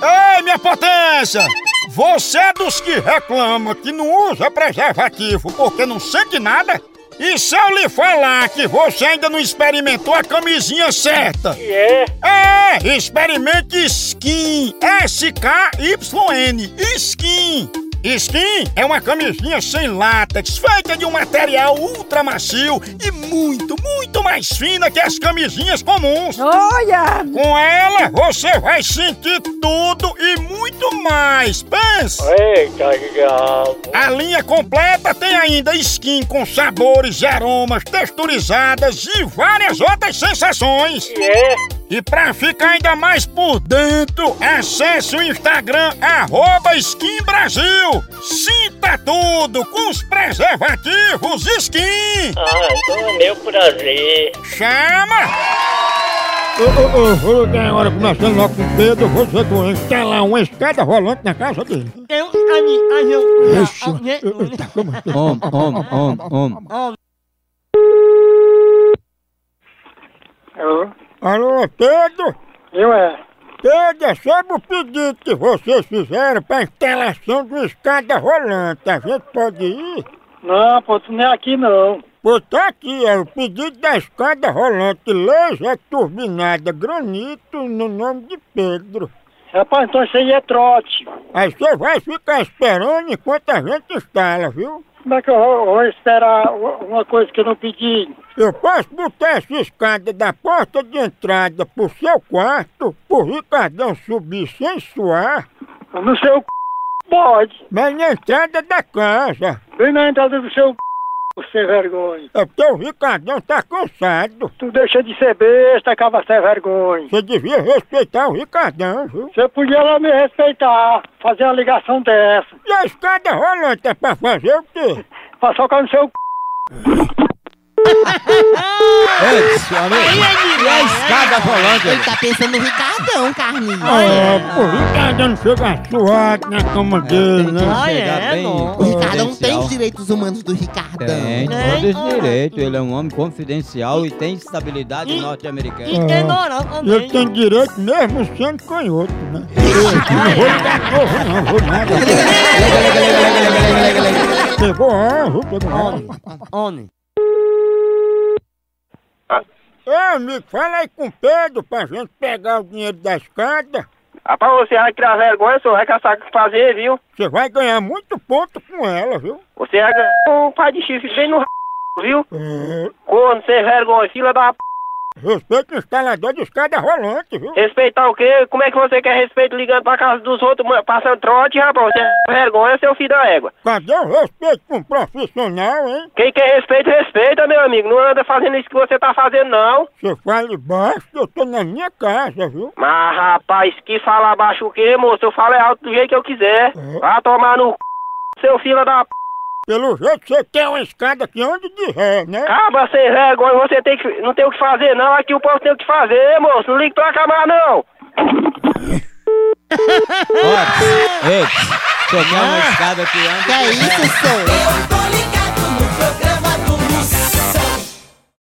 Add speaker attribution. Speaker 1: Dona Potência! Você é dos que reclama que não usa preservativo porque não sente nada? E se eu lhe falar que você ainda não experimentou a camisinha certa?
Speaker 2: E é?
Speaker 1: É, experimente Skin. S-K-Y-N. Skin. Skin é uma camisinha sem látex, feita de um material ultra macio e muito, muito mais fina que as camisinhas comuns.
Speaker 3: Olha!
Speaker 1: Com ela, você vai sentir tudo e muito mais. Pensa!
Speaker 2: Eita, diabo.
Speaker 1: A linha completa tem ainda skin com sabores e aromas texturizadas e várias outras sensações.
Speaker 2: E é?
Speaker 1: E pra ficar ainda mais por dentro, acesse o Instagram arroba Skin Brasil. Sinta tudo com os preservativos Skin.
Speaker 2: Ah, então é meu prazer.
Speaker 1: Chama! Ô, ô, ô, vou ligar agora, começando logo com o Pedro, você doente, tá lá uma escada rolante na casa dele.
Speaker 4: Eu, a mim, a eu,
Speaker 1: Ixi, eu- eu- tá, como é?
Speaker 5: Om, om, om, om.
Speaker 2: Eu,
Speaker 1: Alô, Pedro?
Speaker 2: eu é.
Speaker 1: Pedro, é sobre o pedido que vocês fizeram pra instalação de uma escada rolante, a gente pode ir?
Speaker 2: Não, pô, tu não é aqui não.
Speaker 1: Pô, tá aqui, é o pedido da escada rolante laser turbinada granito no nome de Pedro.
Speaker 2: Rapaz, então isso aí é trote.
Speaker 1: Aí você vai ficar esperando enquanto a gente instala, viu?
Speaker 2: Como é que eu vou, vou esperar uma coisa que eu não pedi?
Speaker 1: Eu posso botar essa escada da porta de entrada pro seu quarto, pro Ricardão subir sem suar,
Speaker 2: No seu c... pode.
Speaker 1: mas na entrada da casa.
Speaker 2: Vem na entrada do seu c... sem vergonha.
Speaker 1: É porque o Ricardão tá cansado.
Speaker 2: Tu deixa de ser besta, acaba sem vergonha.
Speaker 1: Você devia respeitar o Ricardão, viu?
Speaker 2: Você podia lá me respeitar, fazer uma ligação dessa.
Speaker 1: E a escada rolante é pra fazer o quê?
Speaker 2: Pra socar no seu c...
Speaker 5: É isso, amigo. E a escada rolando?
Speaker 4: Ele tá pensando no Ricardão, Carlinhos.
Speaker 1: É, pô, o Ricardão não chega suado na cama dele, né?
Speaker 4: Ah, é,
Speaker 5: Chegar bem
Speaker 4: não. O Ricardão um tem os
Speaker 5: confidencial.
Speaker 4: direitos humanos do Ricardão.
Speaker 5: Tem,
Speaker 4: né?
Speaker 5: todos os direitos. Ele é um homem confidencial e tem estabilidade
Speaker 4: é,
Speaker 5: norte-americana.
Speaker 1: E ele tem direito mesmo sendo canhoto, né? Eu não vou ligar novo, não, vou nada. Pegou anjo, pegou anjo.
Speaker 4: Homem.
Speaker 1: Ô, amigo, fala aí com o Pedro pra gente pegar o dinheiro da escada.
Speaker 2: Rapaz, você vai criar vergonha, você vai caçar o que fazer, viu?
Speaker 1: Você vai ganhar muito ponto com ela, viu?
Speaker 2: Você vai ganhar um pai de chifre bem no r... viu?
Speaker 1: É,
Speaker 2: Corno, sem vergonha, fila da p...
Speaker 1: respeita o instalador de escada rolante, viu?
Speaker 2: Respeitar o quê? Como é que você quer respeito ligando pra casa dos outros, mano, passando trote, rapaz? Você é vergonha, seu filho da égua.
Speaker 1: Cadê o respeito com um profissional, hein?
Speaker 2: Quem quer respeito, respeita, meu amigo. Não anda fazendo isso que você tá fazendo, não.
Speaker 1: Você fale baixo, eu tô na minha casa, viu?
Speaker 2: Mas, rapaz, que fala baixo o quê, moço? Eu falo é alto do jeito que eu quiser.
Speaker 1: É.
Speaker 2: Vá tomar no c... seu fila da p...
Speaker 1: Pelo jeito você tem uma escada que anda de ré, né?
Speaker 2: Acaba sem vergonha, você tem que... não tem o que fazer, não. Aqui o povo tem o que fazer, moço. Não liga pra acabar, não.
Speaker 5: Ó, Ei, chegar uma escada que anda.
Speaker 4: Que é isso, senhor?
Speaker 6: Eu tô